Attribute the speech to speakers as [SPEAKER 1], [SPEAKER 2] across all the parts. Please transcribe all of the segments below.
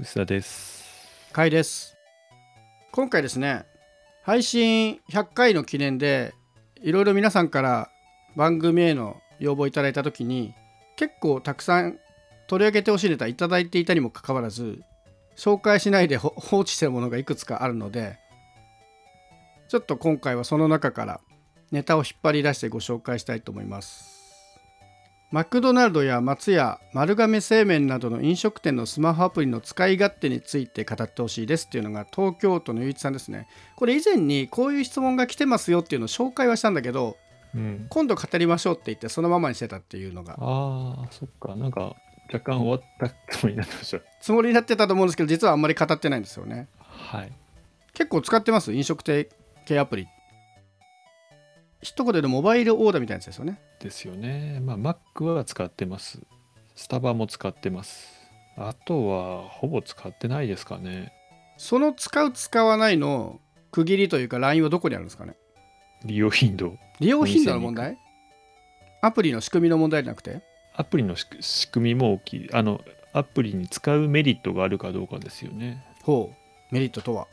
[SPEAKER 1] 薄田です。
[SPEAKER 2] かいです今回ですね配信100回の記念でいろいろ皆さんから番組への要望いただいた時に結構たくさん取り上げてほしいネタいただいていたにもかかわらず紹介しないで ほ放置してるものがいくつかあるのでちょっと今回はその中からネタを引っ張り出してご紹介したいと思いますマクドナルドや松屋、丸亀製麺などの飲食店のスマホアプリの使い勝手について語ってほしいですっていうのが東京都のゆういちさんですね。これ以前にこういう質問が来てますよっていうのを紹介はしたんだけど、
[SPEAKER 1] うん。
[SPEAKER 2] 今度語りましょうって言ってそのままにしてたっていうのが
[SPEAKER 1] ああ、そっか。なんか、若干終わったつもりになってました。
[SPEAKER 2] つもりになってたと思うんですけど、実はあんまり語ってないんですよね。
[SPEAKER 1] はい。
[SPEAKER 2] 結構使ってます飲食店系アプリ。一言でモバイルオーダーみたいなやつですよね。
[SPEAKER 1] ですよね。まあ、Mac は使ってます。スタバも使ってます。あとは、ほぼ使ってないですかね。
[SPEAKER 2] その使う使わないの区切りというかラインはどこにあるんですかね
[SPEAKER 1] 利用頻度。
[SPEAKER 2] 利用頻度の問題アプリの仕組みの問題じゃなくて
[SPEAKER 1] アプリのし仕組みも大きい。あの、アプリに使うメリットがあるかどうかですよね。
[SPEAKER 2] ほうメリットとは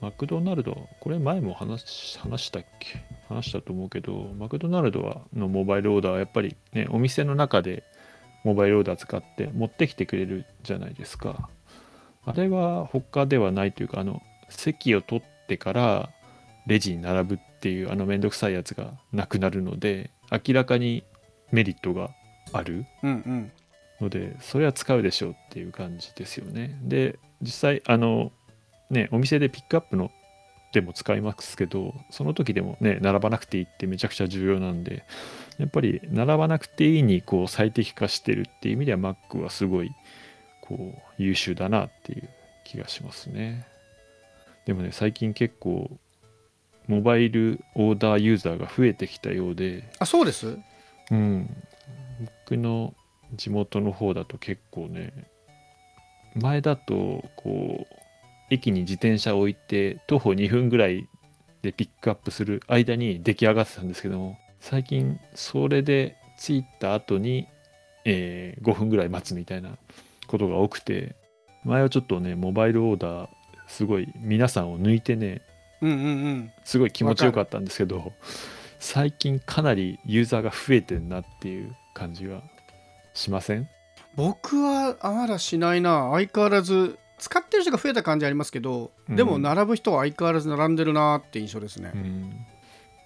[SPEAKER 1] マクドナルド、これ前も話し話したっけ話したと思うけど、マクドナルドはのモバイルオーダーはやっぱりね、お店の中でモバイルオーダー使って持ってきてくれるじゃないですか。あれは他ではないというか、あの、席を取ってからレジに並ぶっていうあのめんどくさいやつがなくなるので、明らかにメリットがある。
[SPEAKER 2] うんうん
[SPEAKER 1] のでそれは使うでしょうっていう感じですよねで実際あのねお店でピックアップのでも使いますけどその時でもね並ばなくていいってめちゃくちゃ重要なんでやっぱり並ばなくていいにこう最適化してるっていう意味では Mac はすごいこう優秀だなっていう気がしますねでもね最近結構モバイルオーダーユーザーが増えてきたようで
[SPEAKER 2] あそうです
[SPEAKER 1] うん、僕の地元の方だと結構ね前だとこう駅に自転車置いて徒歩2分ぐらいでピックアップする間に出来上がってたんですけども最近それで着いた後に、えー5分ぐらい待つみたいなことが多くて前はちょっとねモバイルオーダーすごい皆さんを抜いてね
[SPEAKER 2] うんうんうん
[SPEAKER 1] すごい気持ちよかったんですけど最近かなりユーザーが増えてんなっていう感じがしません
[SPEAKER 2] 僕はあまだしないな相変わらず使ってる人が増えた感じありますけど、
[SPEAKER 1] うん
[SPEAKER 2] でも並ぶ人は相変わらず並んでるなって印象ですね、
[SPEAKER 1] うん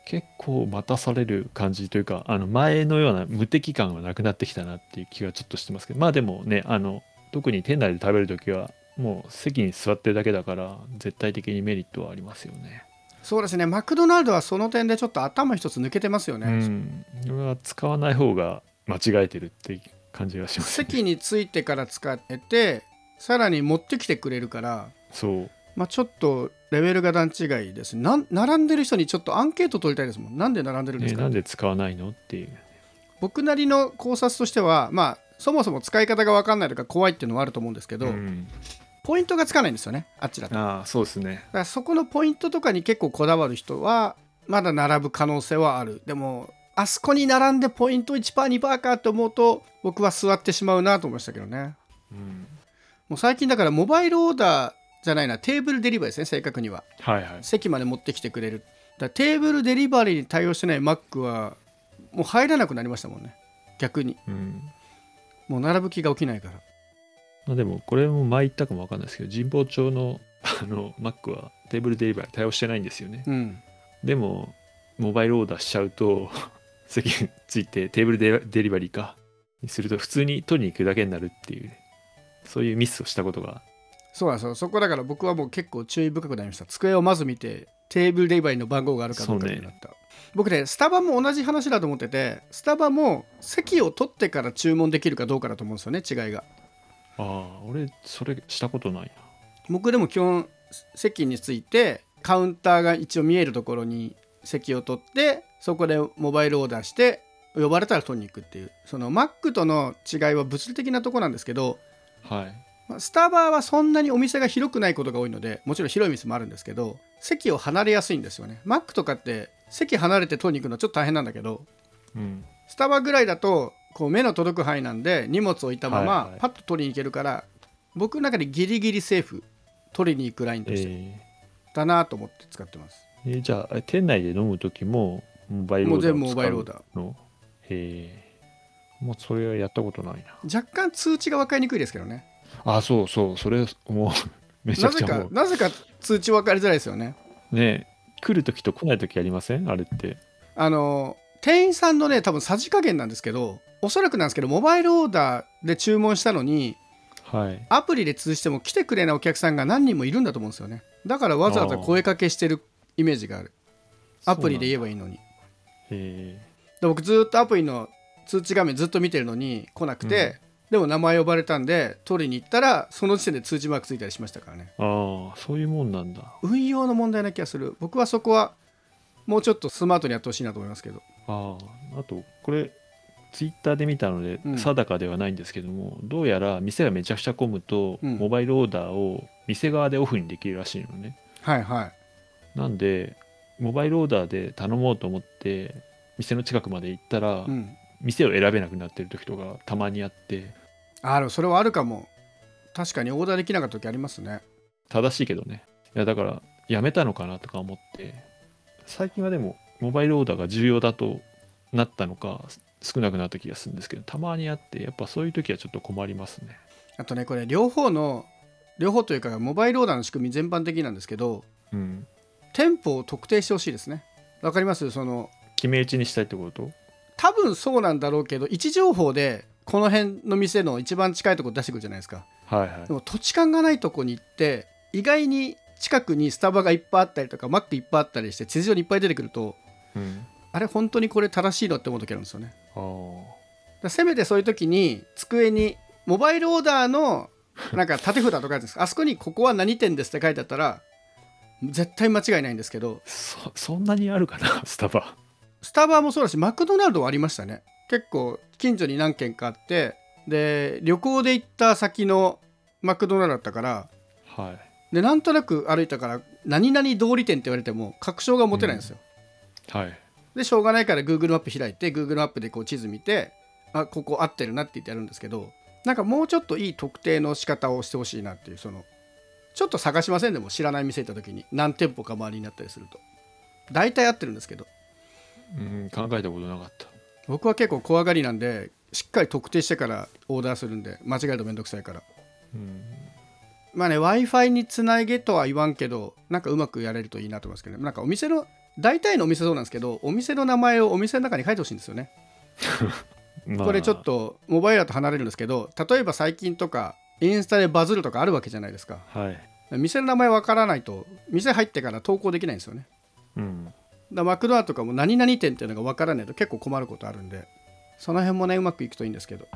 [SPEAKER 1] 結構待たされる感じというかあの前のような無敵感はなくなってきたなっていう気がちょっとしてますけどまあでもねあの特に店内で食べる時はもう席に座ってるだけだから絶対的にメリットはありますよね。
[SPEAKER 2] そうですねマクドナルドはその点でちょっと頭一つ抜けてますよね、
[SPEAKER 1] うん、これは使わない方が間違えてるって感じがします、ね。
[SPEAKER 2] 席に着いてから使えてさらに持ってきてくれるから
[SPEAKER 1] そう
[SPEAKER 2] まあちょっとレベルが段違いですなん並んでる人にちょっとアンケート取りたいですもんなんで並んでるんで
[SPEAKER 1] ね
[SPEAKER 2] すか、
[SPEAKER 1] なんで使わないのっていう。
[SPEAKER 2] 僕なりの考察としてはまあそもそも使い方が分かんないとか怖いっていうのはあると思うんですけど、
[SPEAKER 1] ん
[SPEAKER 2] ポイントがつかないんですよねあっちだとだか
[SPEAKER 1] ああそうですね
[SPEAKER 2] らそこのポイントとかに結構こだわる人はまだ並ぶ可能性はあるでもあそこに並んでポイント 1%2% かと思うと僕は座ってしまうなと思いましたけどね
[SPEAKER 1] うん
[SPEAKER 2] もう最近だからモバイルオーダーじゃないなテーブルデリバリーですね正確には
[SPEAKER 1] はいはい
[SPEAKER 2] 席まで持ってきてくれるだからテーブルデリバリーに対応してない Mac はもう入らなくなりましたもんね逆に
[SPEAKER 1] うん
[SPEAKER 2] もう並ぶ気が起きないから
[SPEAKER 1] まあでもこれも前言ったかもわかんないですけど神保町の あの Mac はテーブルデリバリー対応してないんですよね
[SPEAKER 2] うん
[SPEAKER 1] でもモバイルオーダーしちゃうと 席についてテーブルデデリバリーかにすると普通に取りに行くだけになるっていうねそういうミスをしたことが
[SPEAKER 2] そうなんですよそこだから僕はもう結構注意深くなりました机をまず見てテーブルデリバリーの番号があるかどうか
[SPEAKER 1] そう
[SPEAKER 2] っ
[SPEAKER 1] ね
[SPEAKER 2] てなった、僕ねスタバも同じ話だと思っててスタバも席を取ってから注文できるかどうかだと思うんですよね違いが
[SPEAKER 1] ああ俺それしたことない
[SPEAKER 2] 僕でも基本席についてカウンターが一応見えるところに席を取ってそこでモバイルオーダーして呼ばれたら取りに行くっていうそのマックとの違いは物理的なとこなんですけど
[SPEAKER 1] なはい
[SPEAKER 2] まあスタバはそんなにお店が広くないことが多いのでもちろん広い店もあるんですけど席を離れやすいんですよねマックとかって席離れて取りに行くのはちょっと大変なんだけど
[SPEAKER 1] うん
[SPEAKER 2] スタバぐらいだとこう目の届く範囲なんで荷物置いたま
[SPEAKER 1] はいは
[SPEAKER 2] ま
[SPEAKER 1] い
[SPEAKER 2] パッと取りに行けるから僕の中でギリギリセーフ取りに行くラインとして
[SPEAKER 1] え
[SPEAKER 2] だなと思って使ってます、
[SPEAKER 1] ーえーじゃあ、店内で飲むときも、モバイル
[SPEAKER 2] も
[SPEAKER 1] オ
[SPEAKER 2] う
[SPEAKER 1] ーダー
[SPEAKER 2] 全部モバイル
[SPEAKER 1] を
[SPEAKER 2] オ
[SPEAKER 1] 使
[SPEAKER 2] ーダー
[SPEAKER 1] うの。えーもうそれはやったことないな。
[SPEAKER 2] 若干通知が分かりにくいですけどね
[SPEAKER 1] あ、そうそう、それ、もう、 めちゃ
[SPEAKER 2] な
[SPEAKER 1] くち
[SPEAKER 2] ぜ
[SPEAKER 1] ゃも
[SPEAKER 2] か
[SPEAKER 1] う、
[SPEAKER 2] なぜか通知分かりづらいですよね
[SPEAKER 1] ね、来るときと来ないときありませんあれって。
[SPEAKER 2] あの店員さんのね多分さじ加減なんですけどおそらくなんですけどモバイルオーダーで注文したのに
[SPEAKER 1] はい。
[SPEAKER 2] アプリで通じても来てくれないお客さんが何人もいるんだと思うんですよねだからわざわざ声かけしてるイメージがあるアプリで言え
[SPEAKER 1] ば。
[SPEAKER 2] ばいいのに
[SPEAKER 1] え
[SPEAKER 2] で僕ずっとアプリの通知画面ずっと見てるのに来なくて、でも名前呼ばれたんで取りに行ったらその時点で通知マークついたりしましたからね
[SPEAKER 1] ーああ、そういうもんなんだ。
[SPEAKER 2] 運用の問題な気がする僕はそこはもうちょっとスマートにやってほしいなと思いますけど
[SPEAKER 1] あああとこれツイッターで見たので
[SPEAKER 2] うん
[SPEAKER 1] 定かではないんですけども、どうやら店がめちゃくちゃ混むと、
[SPEAKER 2] うん
[SPEAKER 1] モバイルオーダーを店側でオフにできるらしいのね
[SPEAKER 2] はいはい
[SPEAKER 1] なんでモバイルオーダーで頼もうと思って店の近くまで行ったら、
[SPEAKER 2] うん
[SPEAKER 1] 店を選べなくなってる時とかたまにあって
[SPEAKER 2] あるそれはあるかも確かにオーダーできなかった時ありますね
[SPEAKER 1] 正しいけどねいやだからやめたのかなとか思って最近はでもモバイルオーダーが重要だとなったのか少なくなった気がするんですけどたまにあってやっぱそういう時はちょっと困りますね
[SPEAKER 2] あとねこれ両方の両方というかモバイルオーダーの仕組み全般的なんですけど
[SPEAKER 1] うん
[SPEAKER 2] 店舗を特定してほしいですねわかりますその
[SPEAKER 1] 決め打ちにしたいってこと
[SPEAKER 2] 多分そうなんだろうけど位置情報でこの辺の店の一番近いとこ出してくるじゃないですか
[SPEAKER 1] はいはい
[SPEAKER 2] でも土地勘がないとこに行って意外に近くにスタバがいっぱいあったりとかマックいっぱいあったりして地図上にいっぱい出てくると
[SPEAKER 1] うん
[SPEAKER 2] あれ本当にこれ正しいのって思う時あるんですよね
[SPEAKER 1] あー
[SPEAKER 2] だからせめてそういう時に机にモバイルオーダーのなんか縦札とかあるじゃないですかあそこに「ここは何店です」って書いてあったら絶対間違いないんですけど
[SPEAKER 1] そそんなにあるかな スタバ
[SPEAKER 2] スタバもそうだしマクドナルドはありましたね結構近所に何軒かあってで旅行で行った先のマクドナルドだったから
[SPEAKER 1] はい
[SPEAKER 2] でなんとなく歩いたから何々通り店って言われても確証が持てないんですよ、
[SPEAKER 1] はい
[SPEAKER 2] でしょうがないから Google マップ開いて Google マップでこう地図見てあここ合ってるなって言ってやるんですけどなんかもうちょっといい特定の仕方をしてほしいなっていうそのちょっと探しませんでも知らない店行った時に何店舗か周りになったりすると大体合ってるんですけど
[SPEAKER 1] うん考えたことなかった
[SPEAKER 2] 僕は結構怖がりなんでしっかり特定してからオーダーするんで間違えるとめんどくさいから
[SPEAKER 1] うん
[SPEAKER 2] まあね w i f i につなげとは言わんけどなんかうまくやれるといいなと思いますけどねなんかお店の大体のお店そうなんですけどお店の名前をお店の中に書いてほしいんですよね
[SPEAKER 1] まあ
[SPEAKER 2] これちょっとモバイルだと離れるんですけど例えば最近とかインスタでバズるとかあるわけじゃないですか
[SPEAKER 1] はい
[SPEAKER 2] 店の名前わからないと店入ってから投稿できないんですよね
[SPEAKER 1] うん
[SPEAKER 2] だからマクドナルドとかも何々店っていうのがわからないと結構困ることあるんでその辺もねうまくいくといいんですけど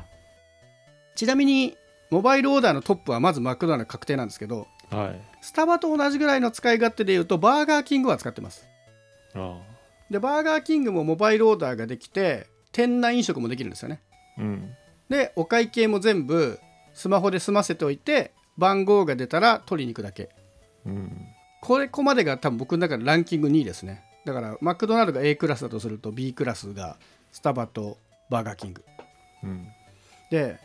[SPEAKER 2] ちなみにモバイルオーダーのトップはまずマクドナルド確定なんですけど
[SPEAKER 1] はい
[SPEAKER 2] スタバと同じぐらいの使い勝手で言うとバーガーキングは使ってます
[SPEAKER 1] あ
[SPEAKER 2] でバーガーキングもモバイルオーダーができて店内飲食もできるんですよね
[SPEAKER 1] ーうん
[SPEAKER 2] でお会計も全部スマホで済ませておいて番号が出たら取りに行くだけ
[SPEAKER 1] うん
[SPEAKER 2] これここまでが多分僕の中でランキング2位ですねだからマクドナルドが A クラスだとすると B クラスがスタバとバーガーキング
[SPEAKER 1] うん
[SPEAKER 2] で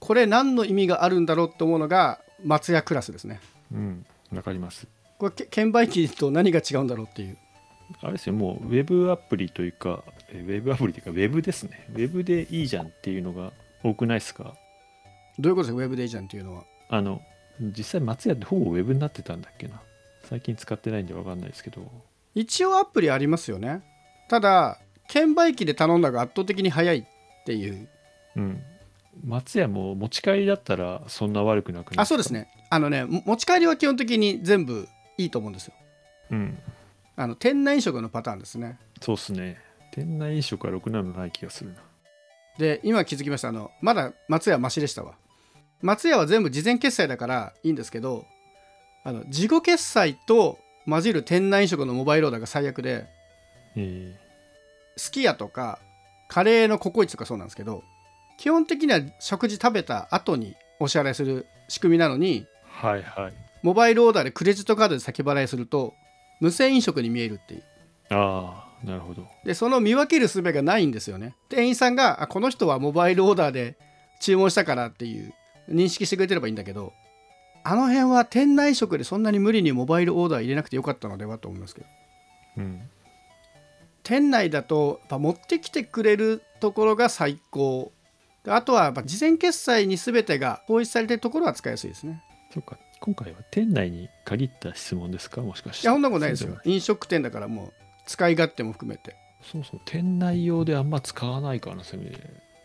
[SPEAKER 2] これ何の意味があるんだろうと思うのが松屋クラスですね
[SPEAKER 1] うんわかります
[SPEAKER 2] これけ券売機と何が違うんだろうっていう
[SPEAKER 1] あれですよもうウェブアプリというかえウェブアプリというかウェブですねウェブでいいじゃんっていうのが多くないですか
[SPEAKER 2] どういうことですかウェブデイジャンっていうのは
[SPEAKER 1] あの実際松屋ってほぼウェブになってたんだっけな最近使ってないんでわかんないですけど
[SPEAKER 2] 一応アプリありますよねただ券売機で頼んだが圧倒的に早いっていう
[SPEAKER 1] うん松屋も持ち帰りだったらそんな悪くなくない
[SPEAKER 2] あそうですねあのねも持ち帰りは基本的に全部いいと思うんですよ
[SPEAKER 1] うん
[SPEAKER 2] あの店内飲食のパターンですね
[SPEAKER 1] そうっすね店内飲食はろくなのない気がするな
[SPEAKER 2] で今気づきましたあのまだ松屋マシでしたわ松屋は全部事前決済だからいいんですけどあの事後決済と混じる店内飲食のモバイルオーダーが最悪で
[SPEAKER 1] え
[SPEAKER 2] すき家とかカレーのココイチとかそうなんですけど基本的には食事食べた後にお支払いする仕組みなのに
[SPEAKER 1] ーはいはい
[SPEAKER 2] モバイルオーダーでクレジットカードで先払いすると無銭飲食に見えるっていう
[SPEAKER 1] ああなるほど
[SPEAKER 2] でその見分ける術がないんですよね店員さんがあこの人はモバイルオーダーで注文したからっていう認識してくれてればいいんだけどあの辺は店内食でそんなに無理にモバイルオーダー入れなくてよかったのではと思いますけど
[SPEAKER 1] うん。
[SPEAKER 2] 店内だとやっぱ持ってきてくれるところが最高であとはやっぱ事前決済に全てが統一されてるところは使いやすいですね
[SPEAKER 1] そっか、今回は店内に限った質問ですかもしかして。
[SPEAKER 2] いやそんなことないです
[SPEAKER 1] そう
[SPEAKER 2] よ
[SPEAKER 1] じ
[SPEAKER 2] 飲食店だからもう使い勝手も含めて
[SPEAKER 1] ゃないそうそう、店内用であんま使わないからな、それね。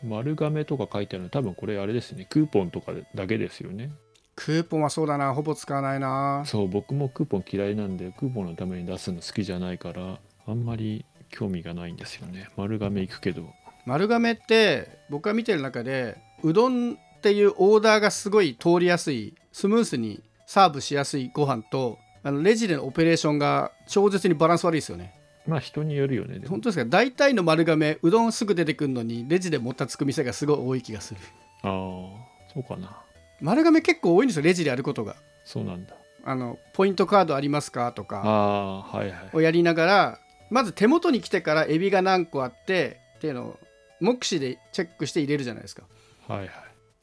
[SPEAKER 1] 丸亀とか書いてあるの、多分これあれですね、クーポンとかだけですよね。
[SPEAKER 2] クーポンはそうだなほぼ使わないな
[SPEAKER 1] そう、僕もクーポン嫌いなんで、クーポンのために出すの好きじゃないから、あんまり興味がないんですよね。丸亀行くけど。
[SPEAKER 2] 丸亀って僕が見てる中でうどんっていうオーダーがすごい通りやすいスムースにサーブしやすいご飯とあのレジでのオペレーションが超絶にバランス悪いですよね
[SPEAKER 1] まあ人によるよね。でも
[SPEAKER 2] 本当ですか大体の丸亀うどんすぐ出てくるのにレジでもたつく店がすごい多い気がする
[SPEAKER 1] ああ、そうかな。
[SPEAKER 2] 丸亀結構多いんですよレジでやることが
[SPEAKER 1] そうなんだ。
[SPEAKER 2] あのポイントカードありますかとか
[SPEAKER 1] ああー、はいはい。
[SPEAKER 2] をやりながらまず手元に来てからエビが何個あってっていうのを目視でチェックして入れるじゃないですか
[SPEAKER 1] はいはい。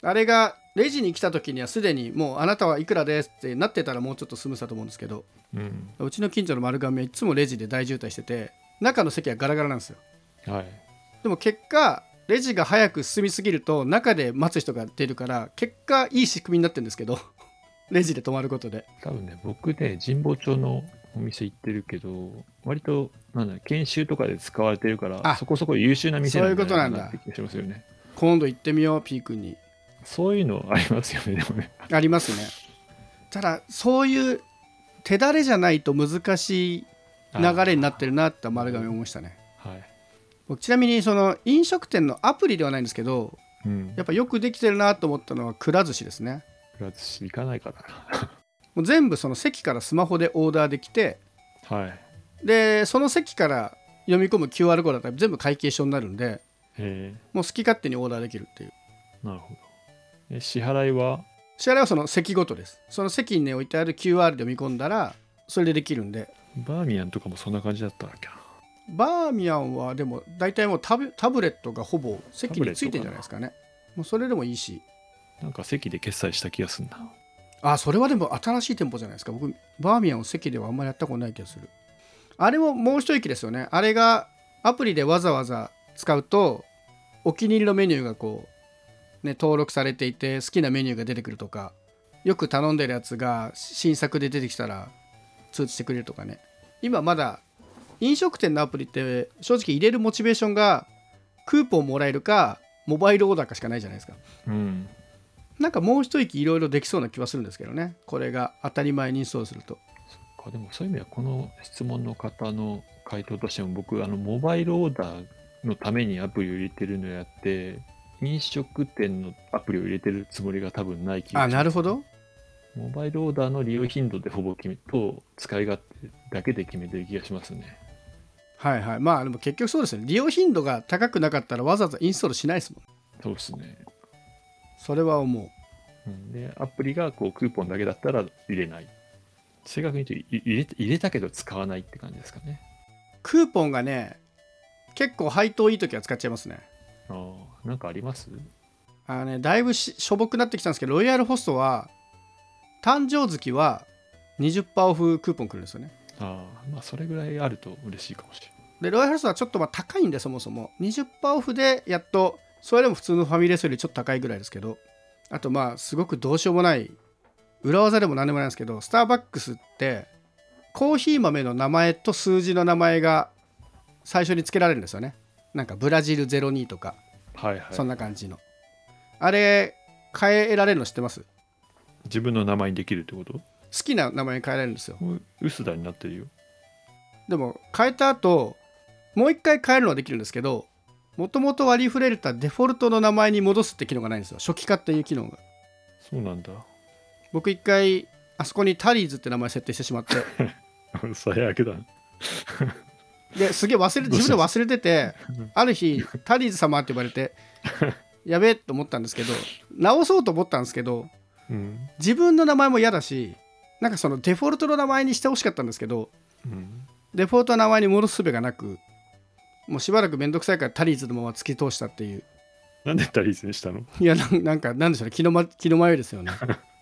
[SPEAKER 2] あれがレジに来た時にはすでにもうあなたはいくらですってなってたらもうちょっとスムーズだと思うんですけど
[SPEAKER 1] うん。
[SPEAKER 2] うちの近所の丸亀はいつもレジで大渋滞してて中の席はガラガラなんですよ
[SPEAKER 1] はい。
[SPEAKER 2] でも結果レジが早く進みすぎると中で待つ人が出るから結果いい仕組みになってるんですけど レジで止まることで
[SPEAKER 1] 多分ね、僕ね、神保町のお店行ってるけど、割と、なんだろう研修とかで使われてるから、
[SPEAKER 2] あ
[SPEAKER 1] そこそこ優秀な店なんじゃ
[SPEAKER 2] そういうことなん
[SPEAKER 1] な
[SPEAKER 2] だ
[SPEAKER 1] いかって気がしますよね。
[SPEAKER 2] 今度行ってみようピー君に
[SPEAKER 1] そういうのありますよね、でもね。
[SPEAKER 2] ありますねただそういう手だれじゃないと難しい 流れになってるなって丸亀思いましたね
[SPEAKER 1] あー。はい。
[SPEAKER 2] 僕ちなみにその飲食店のアプリではないんですけど
[SPEAKER 1] うん。
[SPEAKER 2] やっぱよくできてるなと思ったのはくら寿司ですね
[SPEAKER 1] くら寿司行かない から
[SPEAKER 2] もう全部その席からスマホでオーダーできて
[SPEAKER 1] な。はい。
[SPEAKER 2] でその席から読み込む QR コードだったら全部会計書になるんで
[SPEAKER 1] え
[SPEAKER 2] もう好き勝手にオーダーできるっていう
[SPEAKER 1] ー、なるほど。え支払いは、
[SPEAKER 2] 支払いはその席ごとですその席にね置いてある QR で読み込んだらそれでできるんで
[SPEAKER 1] バーミヤンとかもそんな感じだったわけな。
[SPEAKER 2] バーミヤンはでも大体もうタブタブレットがほぼ席についてんじゃないですかねもうそれでもいいし
[SPEAKER 1] なんか席で決済した気がすんな。
[SPEAKER 2] あそれはでも新しい店舗じゃないですか僕バーミヤンを席ではあんまりやったことない気がするあれももう一息ですよねあれがアプリでわざわざ使うとお気に入りのメニューがこうね登録されていて好きなメニューが出てくるとかよく頼んでるやつが新作で出てきたら通知してくれるとかね今まだ飲食店のアプリって正直入れるモチベーションがクーポンもらえるかモバイルオーダーかしかないじゃないですか
[SPEAKER 1] うん。
[SPEAKER 2] なんかもう一息いろいろできそうな気はするんですけどねこれが当たり前にそうすると
[SPEAKER 1] かでもそういう意味ではこの質問の方の回答としても僕あのモバイルオーダーのためにアプリを入れてるのやって飲食店のアプリを入れてるつもりが多分ない気が
[SPEAKER 2] あなるほど
[SPEAKER 1] どモバイルオーダーの利用頻度でほぼ決めと使い勝手だけで決めてる気がしますね
[SPEAKER 2] はいはいまあでも結局そうですよね利用頻度が高くなかったらわざわざインストールしないですもん
[SPEAKER 1] そうですね、
[SPEAKER 2] それは思う
[SPEAKER 1] うん、でアプリがこうクーポンだけだったら入れない正確に言うとい入れて入れたけど使わないって感じですかね
[SPEAKER 2] クーポンがね結構配当いい時は使っちゃいますね
[SPEAKER 1] ああんかあります
[SPEAKER 2] あのねだいぶししょぼくなってきたんですけどロイヤルホストは誕生月は20%オフクーポンくるんですよね
[SPEAKER 1] ああまあそれぐらいあると嬉しいかもしれない
[SPEAKER 2] でロイヤルホストはちょっとまあ高いんでそもそも20%オフでやっとそれでも普通のファミレスよりちょっと高いぐらいですけどあとまあすごくどうしようもない裏技でも何でもないんですけどスターバックスってコーヒー豆の名前と数字の名前が最初に付けられるんですよねなんかブラジル02とか
[SPEAKER 1] はいはい
[SPEAKER 2] そんな感じの、あれ変えられるの知ってます好
[SPEAKER 1] 自分の名前にできるってこと
[SPEAKER 2] きな名前に変えられるんですよ
[SPEAKER 1] もう薄田になってるよ。
[SPEAKER 2] でも変えた後もう一回変えるのはできるんですけどもともと割り振れたデフォルトの名前に戻すって機能がないんですよ初期化っていう機能が
[SPEAKER 1] そうなん だ。
[SPEAKER 2] 僕一回あそこにタリーズって名前設定してしまって
[SPEAKER 1] 最悪だ。
[SPEAKER 2] ですげえ忘れて自分で忘れててある日タリーズ様って呼ばれてやべえと思ったんですけど直そうと思ったんですけど
[SPEAKER 1] うん。
[SPEAKER 2] 自分の名前も嫌だしなんかそのデフォルトの名前にしてほしかったんですけど
[SPEAKER 1] うん。
[SPEAKER 2] デフォルトの名前に戻す術がなくもうしばらくめんどくさいからタリーズのまま突き通したっていう
[SPEAKER 1] なんでタリーズにしたの
[SPEAKER 2] いやなんなんかなんでしょうね気の,、ま、気の迷いですよね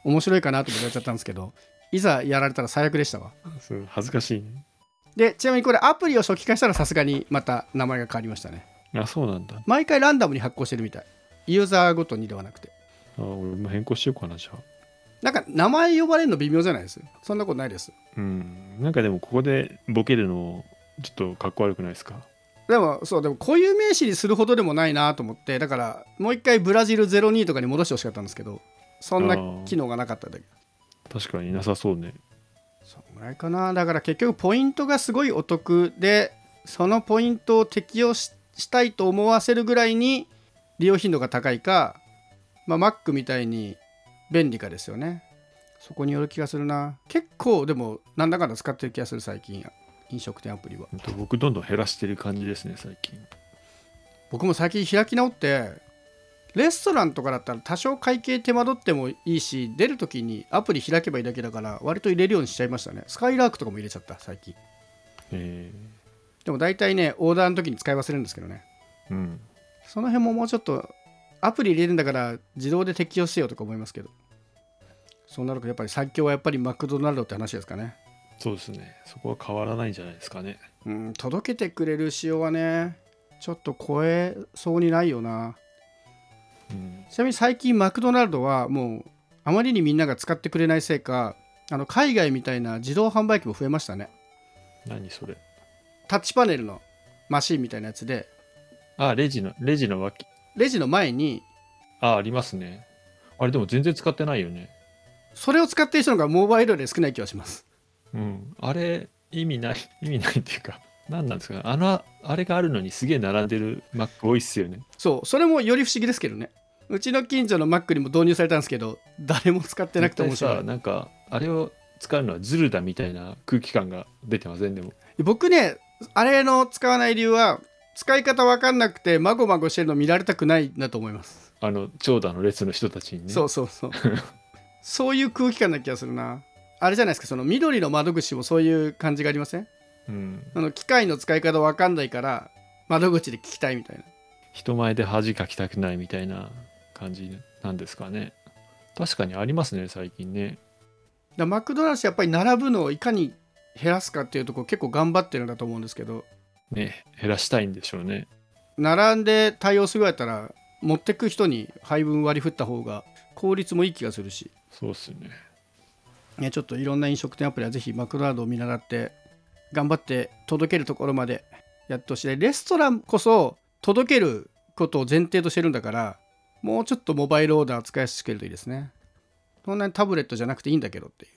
[SPEAKER 2] 面白いかなと思ってやっちゃったんですけどいざやられたら最悪でしたわ
[SPEAKER 1] そう恥ずかしいね。
[SPEAKER 2] でちなみにこれアプリを初期化したらさすがにまた名前が変わりましたね
[SPEAKER 1] あ、そうなんだ。
[SPEAKER 2] 毎回ランダムに発行してるみたいユーザーごとにではなくて
[SPEAKER 1] あ俺も変更しようかな、じゃあ。
[SPEAKER 2] なんか名前呼ばれるの微妙じゃないですそんなことないです
[SPEAKER 1] うん。なんかでも、ここでボケるの、ちょっとかっこ悪くないですか。
[SPEAKER 2] でもそうでも固有名詞にするほどでもないなと思ってだからもう一回ブラジル02とかに戻してほしかったんですけどそんな
[SPEAKER 1] あー
[SPEAKER 2] 機能がなかっただけ
[SPEAKER 1] 確かになさそうね。
[SPEAKER 2] そんぐらいかなだから結局ポイントがすごいお得でそのポイントを適用ししたいと思わせるぐらいに利用頻度が高いか、まあ、Mac みたいに便利かですよねそこによる気がするな結構でもなんだかんだ使ってる気がする最近飲食店アプリは
[SPEAKER 1] ほんと僕、どんどん減らしてる感じですね、最近。
[SPEAKER 2] 僕も最近開き直ってレストランとかだったら多少会計手間取ってもいいし出る時にアプリ開けばいいだけだから割と入れるようにしちゃいましたねスカイラークとかも入れちゃった最近
[SPEAKER 1] え
[SPEAKER 2] でも大体ねオーダーの時に使い忘れるんですけどね
[SPEAKER 1] ー、うん。
[SPEAKER 2] その辺ももうちょっとアプリ入れるんだから自動で適用してよとか思いますけどそうなるとやっぱり最強はやっぱりマクドナルドって話ですかね
[SPEAKER 1] そうですね。そこは変わらないんじゃないですかね。
[SPEAKER 2] うん届けてくれる仕様はねちょっと超えそうにないよな
[SPEAKER 1] うん。
[SPEAKER 2] ちなみに最近マクドナルドはもうあまりにみんなが使ってくれないせいかあの海外みたいな自動販売機も増えましたね
[SPEAKER 1] 何それ。
[SPEAKER 2] タッチパネルのマシンみたいなやつで
[SPEAKER 1] あ、レジの、レジの脇。
[SPEAKER 2] レジの前に
[SPEAKER 1] あ、ありますね。あれ、でも全然使ってないよね。
[SPEAKER 2] それを使っている人の方がモバイルより少ない気はします
[SPEAKER 1] うん、あれ意味ない 意味ないっていうか何なんですかねあのあれがあるのにすげえ並んでるマック多いっすよね
[SPEAKER 2] そうそれもより不思議ですけどねうちの近所のマックにも導入されたんですけど誰も使ってなくて面
[SPEAKER 1] 絶
[SPEAKER 2] 白
[SPEAKER 1] 対さ
[SPEAKER 2] い
[SPEAKER 1] なんかあれを使うのはズルだみたいな空気感が出てませんでも
[SPEAKER 2] 僕ねあれの使わない理由は使い方わかんなくてまごまごしてるの見られたくないなと思います、
[SPEAKER 1] あの長蛇の列の人たちにね
[SPEAKER 2] そうそ うそうそういう空気感な気がするなあれじゃないですかその緑の窓口もそういう感じがありません
[SPEAKER 1] うん、
[SPEAKER 2] あの機械の使い方わかんないから窓口で聞きたいみたいな
[SPEAKER 1] 人前で恥かきたくないみたいな感じなんですかね確かにありますね最近ね
[SPEAKER 2] だからマクドナルドはやっぱり並ぶのをいかに減らすかっていうところ結構頑張ってるんだと思うんですけど
[SPEAKER 1] ね減らしたいんでしょうね
[SPEAKER 2] 並んで対応するぐらいだったら持ってく人に配分割り振った方が効率もいい気がするし、
[SPEAKER 1] そうっすね
[SPEAKER 2] ね、ちょっといろんな飲食店アプリはぜひマクドナルドを見習って頑張って届けるところまでやってほしいレストランこそ届けることを前提としてるんだからもうちょっとモバイルオーダー使いやすくしてるといいですねそんなにタブレットじゃなくていいんだけどっていう